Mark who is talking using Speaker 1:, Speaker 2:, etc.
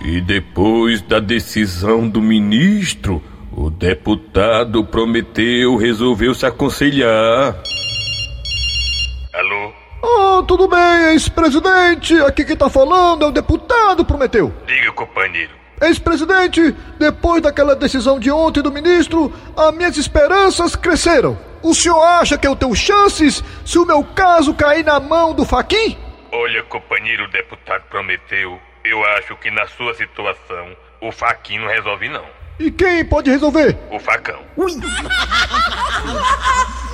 Speaker 1: E depois da decisão do ministro, o deputado Prometeu resolveu se aconselhar.
Speaker 2: Alô?
Speaker 3: Ah, tudo bem, ex-presidente. Aqui quem tá falando é o deputado Prometeu.
Speaker 2: Diga, companheiro.
Speaker 3: Ex-presidente, depois daquela decisão de ontem do ministro, as minhas esperanças cresceram. O senhor acha que eu tenho chances se o meu caso cair na mão do Faquin?
Speaker 2: Olha, companheiro deputado Prometeu, eu acho que na sua situação, o Faquin não resolve não.
Speaker 3: E quem pode resolver?
Speaker 2: O facão.